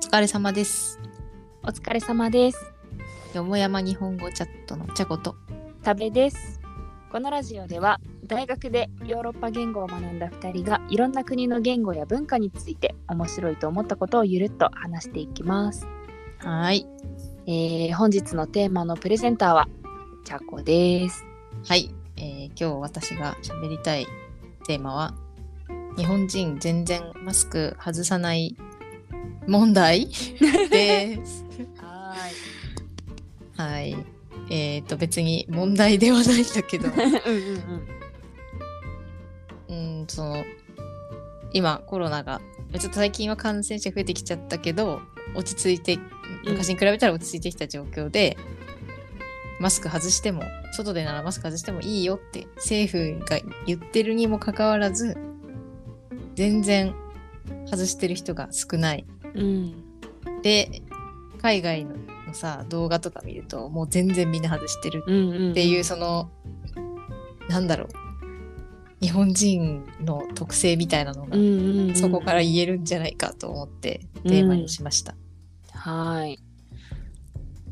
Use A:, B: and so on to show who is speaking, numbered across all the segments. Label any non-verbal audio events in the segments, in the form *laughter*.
A: 疲れ様です。
B: お疲れ様です。
A: よもやま日本語チャットのちゃこと。
B: 食べです。このラジオでは大学でヨーロッパ言語を学んだ2人がいろんな国の言語や文化について面白いと思ったことをゆるっと話していきます。
A: はい。
B: えー本日のテーマのプレゼンターはちゃこです。
A: はい、えー今日私が喋りたいテーマは、日本人全然マスク外さない問題 *laughs* です。
B: は
A: はい。えっ、と、別に問題ではないんだけど、
B: い。 *laughs* うんうんうん。
A: うん、その、今コロナが、ちょっと最近は感染者増えてきちゃったけど、落ち着いて、昔に比べたら落ち着いてきた状況で、マスク外しても、外でならマスク外してもいいよって政府が言ってるにもかかわらず、全然外してる人が少ない。
B: うん。
A: で、海外のさ、動画とか見ると、もう全然みんな外してる
B: うんうん。
A: っていうそのなんだろう日本人の特性みたいなのが
B: うんうんうん。
A: そこから言えるんじゃないかと思ってテーマにしました。
B: はい。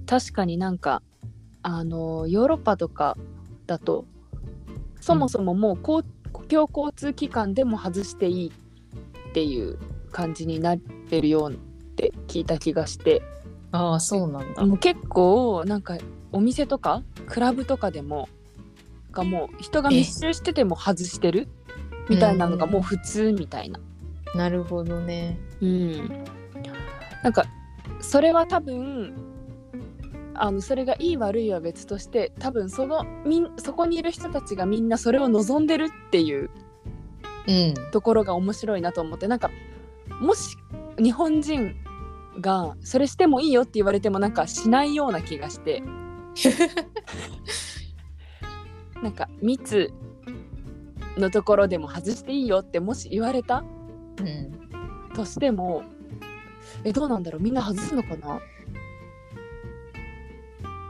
B: 確かになんかあのヨーロッパとかだとそもそももう公公共交通機関でも外していいっていう感じになってるようって聞いた気がして
A: ああそうなんだ。
B: もう結構なんかお店とかクラブとかでもがもう人が密集してても外してるみたいなのがもう普通みたいな。
A: なるほどね。
B: うん、なんかそれは多分あのそれがいい悪いは別として多分そのみんそこにいる人たちがみんなそれを望んでるっていう
A: うん
B: ところが面白いなと思ってなんかもし日本人がそれしてもいいよって言われてもなんかしないような気がしてなんか密のところでも外していいよってもし言われた
A: うん。
B: としてもえどうなんだろうみんな外すのかな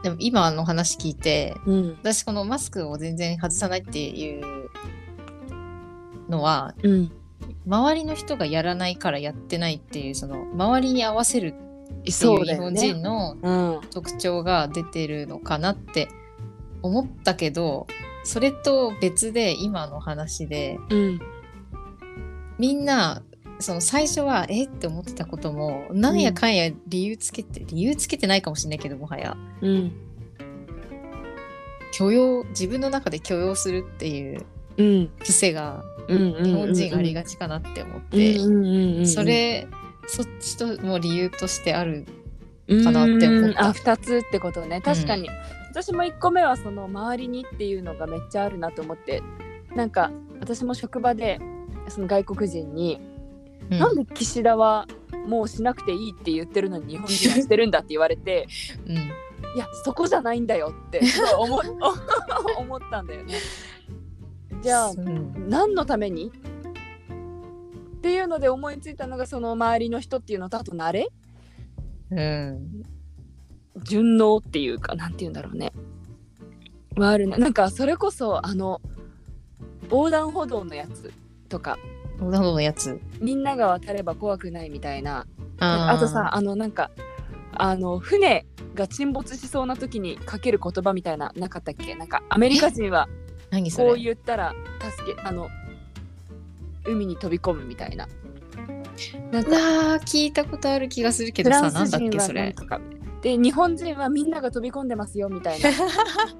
A: でも今の話聞いて
B: うん
A: 私このマスクを全然外さないっていうのは
B: うん
A: 周りの人がやらないからやってないっていうその周りに合わせるってい
B: そううだ
A: 日
B: よ
A: 本
B: ね
A: 人の
B: うん
A: 特徴が出てるのかなって思ったけどそれと別で今の話で
B: うん
A: みんなその最初はえって思ってたこともなんやかんや理由つけて、理由つけてないかもしれないけどもはや
B: うん
A: 許容自分の中で許容するっていう
B: うん
A: 癖が
B: うん
A: 日本人ありがちかなって思って、
B: で
A: それそっちとも理由としてある
B: か
A: なって思った
B: あ2つってことね確かに、私も1個目はその周りにっていうのがめっちゃあるなと思ってなんか私も職場でその外国人に、
A: うん
B: なんで岸田はもうしなくていいって言ってるのに日本人はしてるんだって言われて
A: うん
B: いやそこじゃないんだよ
A: *laughs*
B: ってすごい思 *laughs* 思ったんだよね。じゃあ
A: うん
B: 何のためにっていうので思いついたのがその周りの人っていうのとあと慣れ
A: うん
B: 順応っていうかなんて言うんだろうねはあるななんかそれこそあの横断歩道のやつとか
A: 横断歩道のやつ
B: みんなが渡れば怖くないみたいな
A: あ
B: あ
A: ー
B: とさあのなんかあの船が沈没しそうな時にかける言葉みたいななかったっけなんかアメリカ人は
A: 何それ
B: こう言ったら助けあの海に飛び込むみたいななんか
A: なあ聞いたことある気がするけ
B: フ
A: どさ
B: ラン
A: なん
B: ス
A: だっ
B: 人
A: け
B: は
A: そ
B: なん
A: れ
B: とかで日本人はみんなが飛び込んでますよみた
A: *laughs*
B: いな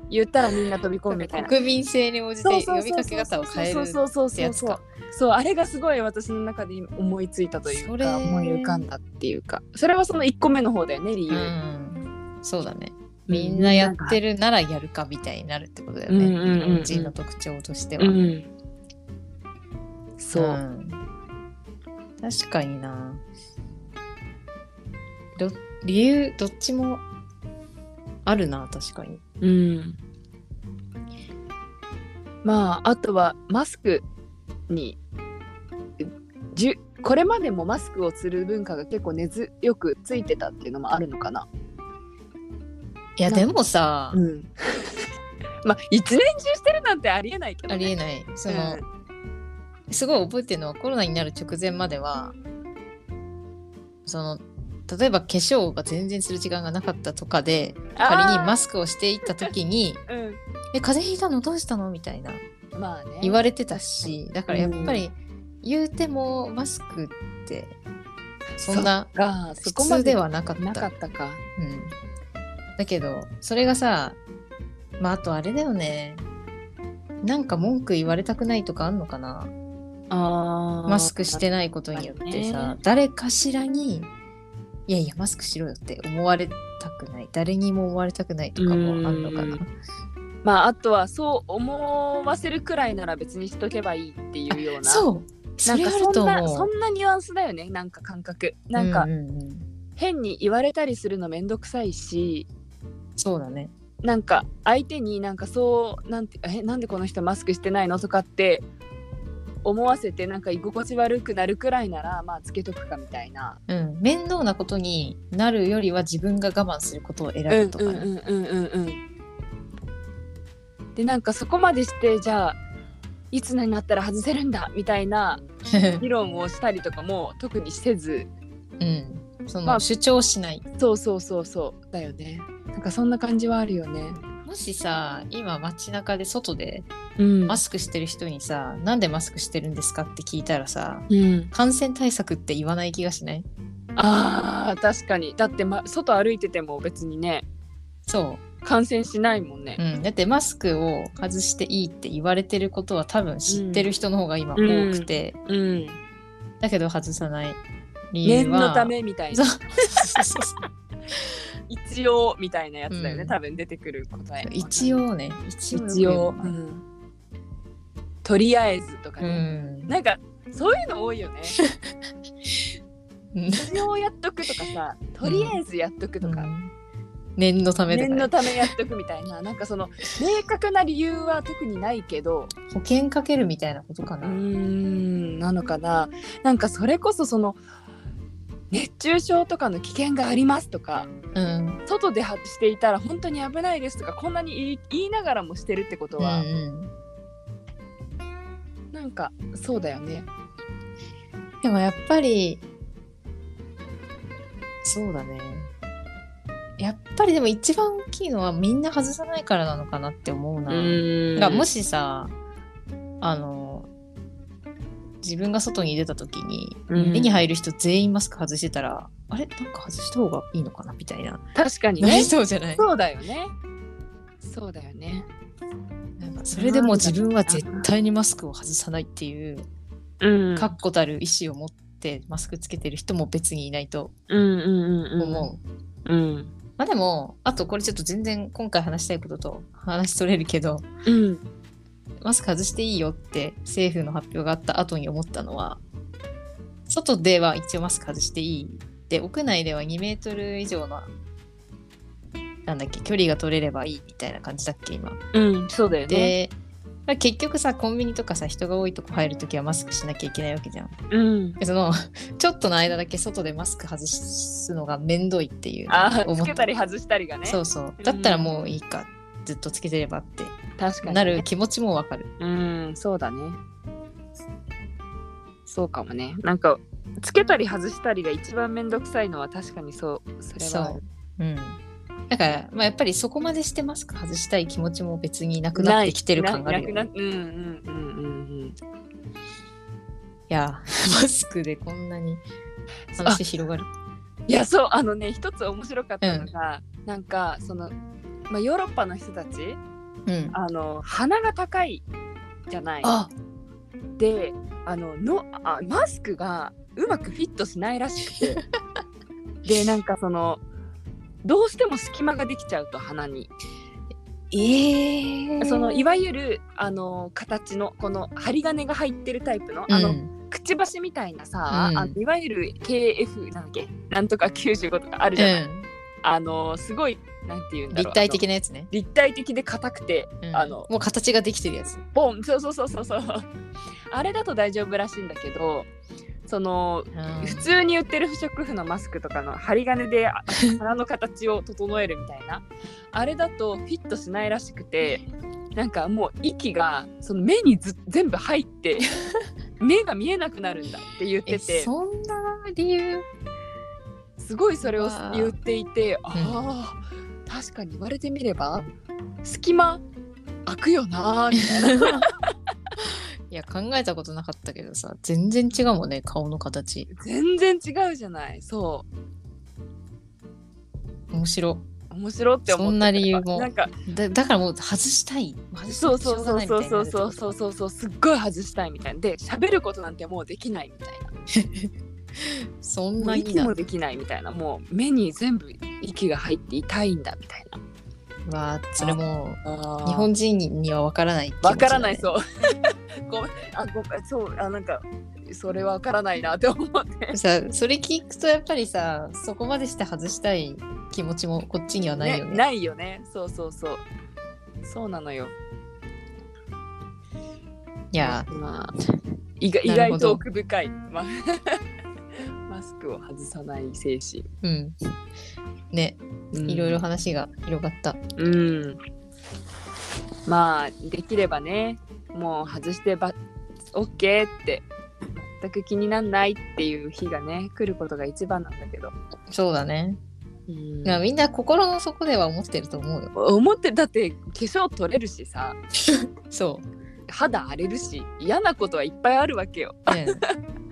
B: 言ったらみんな飛び込むみたいな。
A: 国民性に応じて呼びかけ方を変える
B: そうそう
A: ってやつ
B: そうそう
A: か
B: そうあれがすごい私の中で今思いついたという
A: それ
B: か思い浮かんだっていうかそれはその1個目の方だよね理
A: う
B: 由、
A: んそうだねみんなやってるならやるかみたいになるってことだよね
B: うんうんうんうん
A: 日本人の特徴としては
B: う、んそう、
A: うん確かになど理由どっちもあるな確かに
B: うん、まああとはマスクにじゅこれまでもマスクをする文化が結構根強くついてたっていうのもあるのかな。
A: いや
B: なん
A: でもさ、
B: ん、 *laughs* まあ一年中してるなんてありえないけど、
A: ありえ
B: ない。
A: ないその、すごい覚えてるのはコロナになる直前まではその例えば化粧が全然する時間がなかったとかで
B: あー
A: 仮にマスクをしていった時
B: *laughs*
A: に「え風邪ひいたのどうしたの?」みたいな
B: うん、まあね
A: 言われてたしだからやっぱり言うてもマスクってそんな
B: が
A: 普
B: そこま
A: 通
B: で
A: ではなかった
B: なかったか
A: うん、だけどそれがさまああとあれだよねなんか文句言われたくないとかあんのかな
B: あー
A: マスクしてないことによって
B: やっぱ
A: さ、
B: りね
A: 誰かしらに「いやいやマスクしろよ」って思われたくない誰にも思われたくないとかもあんのかな
B: うまああとはそう思わせるくらいなら別にしとけばいいっていうような
A: そうそ
B: なん
A: れ
B: か
A: あ
B: そ
A: ると
B: んなそ
A: 思うん
B: なニュアンスだよねなんか感覚なんか
A: ううんうん
B: 変に言われたりするのめんどくさいし
A: そうだね
B: なんか相手になんかそうなんてえなんでこの人マスクしてないのとかって思わせてなんか居心地悪くなるくらいならまあつけとくかみたいな
A: うん面倒なことになるよりは自分が我慢することを選ぶとかね、
B: うんうんうんうんうんでなんかそこまでしてじゃあいつになったら外せるんだみたいな議論をしたりとかも特にせず
A: *laughs* うんその、
B: まあ
A: 主張しない
B: そうそうそうそうだよねなんかそんな感じはあるよね
A: もしさ今街中で外で
B: うん
A: マスクしてる人にさなんでマスクしてるんですかって聞いたらさ
B: うん、
A: 感染対策って言わない気がしない
B: あー確かにだって、ま、外歩いてても別にね
A: そ
B: 感染しないもんね
A: う、う、ん、だってマスクを外していいって言われてることは多分知ってる人の方が今多くて、
B: うん、
A: だけど外さない理由は
B: 念のためみたい
A: そ
B: な
A: う *laughs* そうそうそう
B: 一応みたいなやつだよね、
A: うん
B: 多分出てくる答え
A: 一応ね一応
B: 一応、うんとりあえずとか
A: う
B: ね、
A: ん
B: なんかそういうの多い
A: *laughs*
B: よね
A: うん
B: 一応やっとくとかさとりあえずやっとくとか、
A: うん念のためとか
B: 念
A: ね
B: のためやっとくみたいななんかその明確な理由は特にないけど
A: 保険かけるみたいなことか
B: う
A: な、
B: ーんなのかななんかそれこそその熱中症とかの危険がありますとか
A: うん、
B: 外ではしていたら本当に危ないですとかこんなに言い言いながらもしてるってことは
A: うん、うん
B: なんかそうだよね。
A: でもやっぱりそうだねやっぱりでも一番大きいのはみんな外さないからなのかなって思うな、
B: ん
A: がもしさあの自分が外に出た時に、
B: うん
A: 目に入る人全員マスク外してたらあれなんか外した方がいいのかなみたいな
B: 確かに
A: な
B: ね
A: りそうじゃない
B: そうだよね。そうだよね。
A: なんかそれでもう自分は絶対にマスクを外さないっていう
B: うん
A: 確固たる意思を持ってマスクつけてる人も別にいないと
B: うんうんうん
A: 思う、
B: うん
A: まあでも、あとこれちょっと全然今回話したいことと話しとれるけど、
B: うん
A: マスク外していいよって政府の発表があった後に思ったのは、外では一応マスク外していい。で、屋内では2メートル以上の、なんだっけ、距離が取れればいいみたいな感じだっけ、今。
B: うんそうだよ
A: で、
B: ね。
A: まあ、結局さ、コンビニとかさ、人が多いとこ入るときはマスクしなきゃいけないわけじゃん。
B: うん
A: でその、 *laughs* ちょっとの間だけ外でマスク外すのが面倒いっていうのを
B: あ
A: 思
B: あ
A: っ
B: つ
A: た
B: けたり外したりがね。
A: そうそうだったらもういいか、ずっとつけてればって
B: 確かにね。
A: なる気持ちもわかる、
B: うんそうだねそうかもねなんかつけたり外したりが一番めんどくさいのは確かにそうそれは
A: そううんだから、まあ、やっぱりそこまでしてマスク外したい気持ちも別になくなってきてる感があるよ
B: な
A: ね
B: なくなうんうんうんうんうん
A: いや *laughs* マスクでこんなに話広がる
B: いやそうあのね一つ面白かったのが、なんかその、まあ、ヨーロッパの人たち
A: うん
B: あの鼻が高いじゃない
A: あ
B: であののあマスクがうまくフィットしないらしく
A: *laughs*
B: てでなんかそのどうしても隙間ができちゃうと鼻に
A: ええ
B: そのいわゆるあの形のこの針金が入ってるタイプの,、あ
A: う
B: の
A: ん
B: くちばしみたいなさ、
A: うん
B: あのいわゆる KF なんだっけなんとか95とかあるじゃない、
A: うん
B: あのすごいなんていうんだろう
A: 立体的
B: な
A: なやつね、
B: 立体的で硬くて
A: うん
B: あの
A: もう形ができてるやつ
B: ボンそうそうそうそうそうあれだと大丈夫らしいんだけどその
A: うん
B: 普通に売ってる不織布のマスクとかの針金であ鼻の形を整えるみたいなあれだとフィットしないらしくてなんかもう息がその目にず全部入って *laughs* 目が見えなくなるんだって言って
A: え
B: *laughs* て
A: そんな理由
B: すごいそれ
A: う
B: を
A: わー
B: 言っていてああー確かに言われてみれば隙間開くよなーみたいな
A: いや考えたことなかったけどさ全然違うもんね顔の形
B: 全然違うじゃないそ
A: 面白
B: う面白って思って
A: そんな理由
B: た
A: も
B: なんか
A: だだからもう外したいも外した
B: そ
A: く
B: う
A: てし
B: そ
A: ょが
B: うそう
A: ない
B: そう
A: みたいになるって
B: そうそうそ
A: こ
B: うそうそうすっごい外したいみたいなで喋ることなんてもうできないみたいな
A: とそん
B: も
A: な
B: う
A: に
B: 息
A: な
B: もできないみたいなもう目に全部息が入って痛いんだみたいな
A: わあそれもう
B: 日
A: 日本人には分からない気持ちだね
B: わからないそうごめんあごめんそうあなんかそれわからないなって思って
A: さそれ聞くとやっぱりさそこまでして外したい気持ちもこっちにはないよね
B: ねないよねそうそうそうそうなのよ
A: いや
B: まあ意外意
A: なる
B: 外
A: ほど
B: と奥深い、まあ、マスクを外さない精神
A: うんね
B: うん
A: いろいろ話が広がった、
B: うんまあできればねもう外してば OK って全く気になんないっていう日がね来ることが一番なんだけど、
A: そうだね
B: うん
A: だからみんな心の底では思ってると思うよ
B: 思ってだって化粧取れるしさ
A: そ
B: 肌荒れるし嫌なことはいっぱいあるわけよ。 *laughs*
A: う、ね、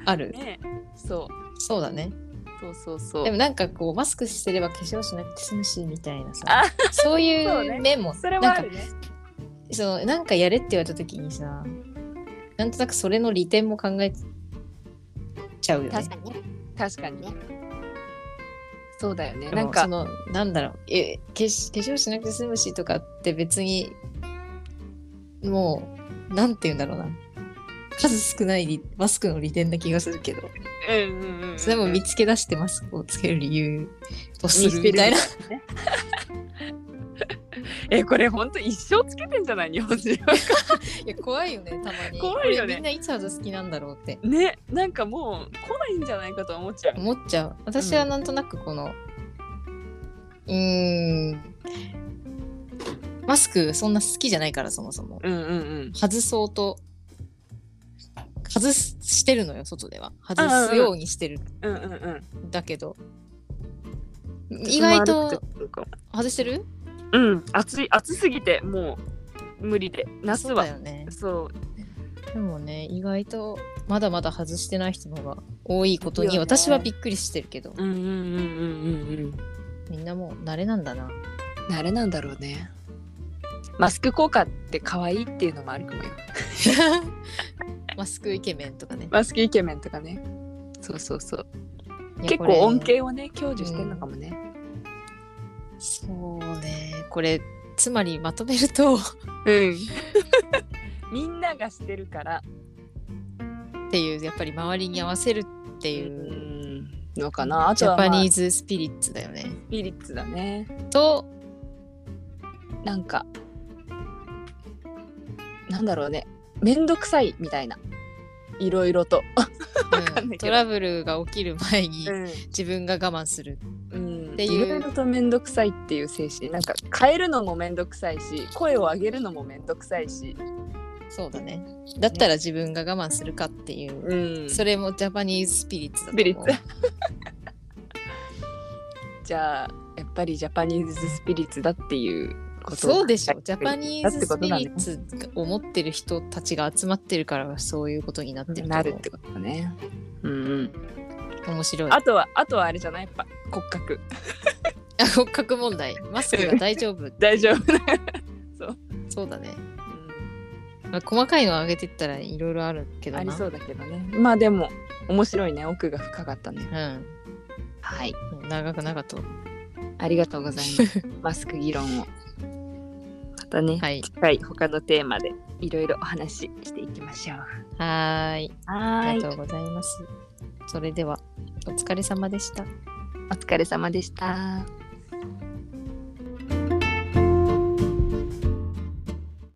A: ある
B: ねそう
A: そうだね
B: そうそうそう
A: でもなんかこうマスクしてれば化粧しなくて済むしみたいなさ
B: あ
A: そうい
B: そうね
A: う面も
B: それ
A: な
B: は
A: んか
B: あるね。
A: そのなんかやれって言われた時にさなんとなくそれの利点も考えちゃうよね
B: 確かにね確かにね。そうだよね。
A: でも
B: なんか
A: そのなんだろうえ化粧化粧しなくて済むしとかって別にもうなんて言うんだろうな数少ないリマスクの利点な気がするけど
B: うんうんうんうん
A: それも見つけ出してマスクをつける理由とするみたいな。
B: *laughs* えこれほんと一生つけてんじゃない日本人 *laughs* は。
A: いや *laughs* 怖いよねたまに
B: 怖いよ
A: こ
B: ね
A: れみんないつ外す気なんだろうって
B: ねなんかもう来ないんじゃないかと思っちゃう。
A: 思っちゃう私はなんとなくこのうーんマスクそんな好きじゃないからそもそも
B: うんうんうん。
A: 外そうと外すしてるのよ外では外すようにしてる
B: うんうんうん。
A: だけど意外
B: ちょっ
A: と
B: 歩くかも
A: 外してる
B: うん暑い暑すぎてもう無理で夏
A: そう
B: は
A: だよね
B: そう
A: でもね意外とまだまだ外してない人の方が多いこと
B: いい
A: に
B: よね
A: 私はびっくりしてるけど
B: うんうんうんうんうんうん
A: みんなもう慣れなんだ
B: *laughs*
A: な
B: 慣れなんだろうねマスク効果って可愛いっていうのもあるかもよ
A: マスクイケメンとかね
B: マスクイケメンとかねそうそうそう
A: いや
B: 結
A: こ
B: 構
A: れ
B: 恩恵をね享受してるのかもね、
A: そうねこれつまりまとめると *laughs* っ
B: うん。みんながしてるから。
A: ていうやっぱり周りに合わせるって
B: う。
A: いうん
B: のかな。あ
A: ジ
B: と
A: ャ
B: は、ま
A: パ
B: あ、
A: ニー
B: ス
A: ズスピリッツだよね
B: ピリッツだね。
A: と
B: なんか。なんだろうね。めんどくさいみたいな。いろいろと。かんないけど
A: トラブルが起きる前に
B: うん。
A: 自分が我慢する、
B: うん。
A: って
B: い
A: いう
B: ろいろとめんどくさいっていう精神。なんか変えるのもめんどくさいし、声を上げるのもめんどくさいし。
A: そうだねだったら自分が我慢するかっていう、
B: うん。
A: それもジャパニーズスピリッツだ
B: スピ
A: と
B: リッ
A: 思う
B: ツ。 *laughs* じゃあ、やっぱりジャパニーズスピリッツだっていうこと。
A: そうでしょジャパニーズスピ
B: だって
A: リッツを持ってる人たちが集まってるからそういうことになってると
B: な
A: 思
B: る
A: う
B: ってことだね。うんうん。
A: 面白い *laughs*
B: あとはあとはあれじゃないやっぱ骨格
A: あ骨格問題マスクが大丈夫
B: 大丈夫。
A: そうだね、まあ、細かいのを上げてったらいろいろあるけどな
B: *laughs* ありそうだけどね。まあでも面白いね奥が深かったね。
A: うん
B: はい。
A: 長く長と
B: ありがとうございます。 *laughs* マスク議論をまたね、
A: はい
B: 次回他のテーマでいろいろお話ししていきましょう。
A: はーい
B: は
A: あ
B: ー
A: り
B: い
A: が。とうございますそれではお疲れ様でした
B: お疲れ様でした。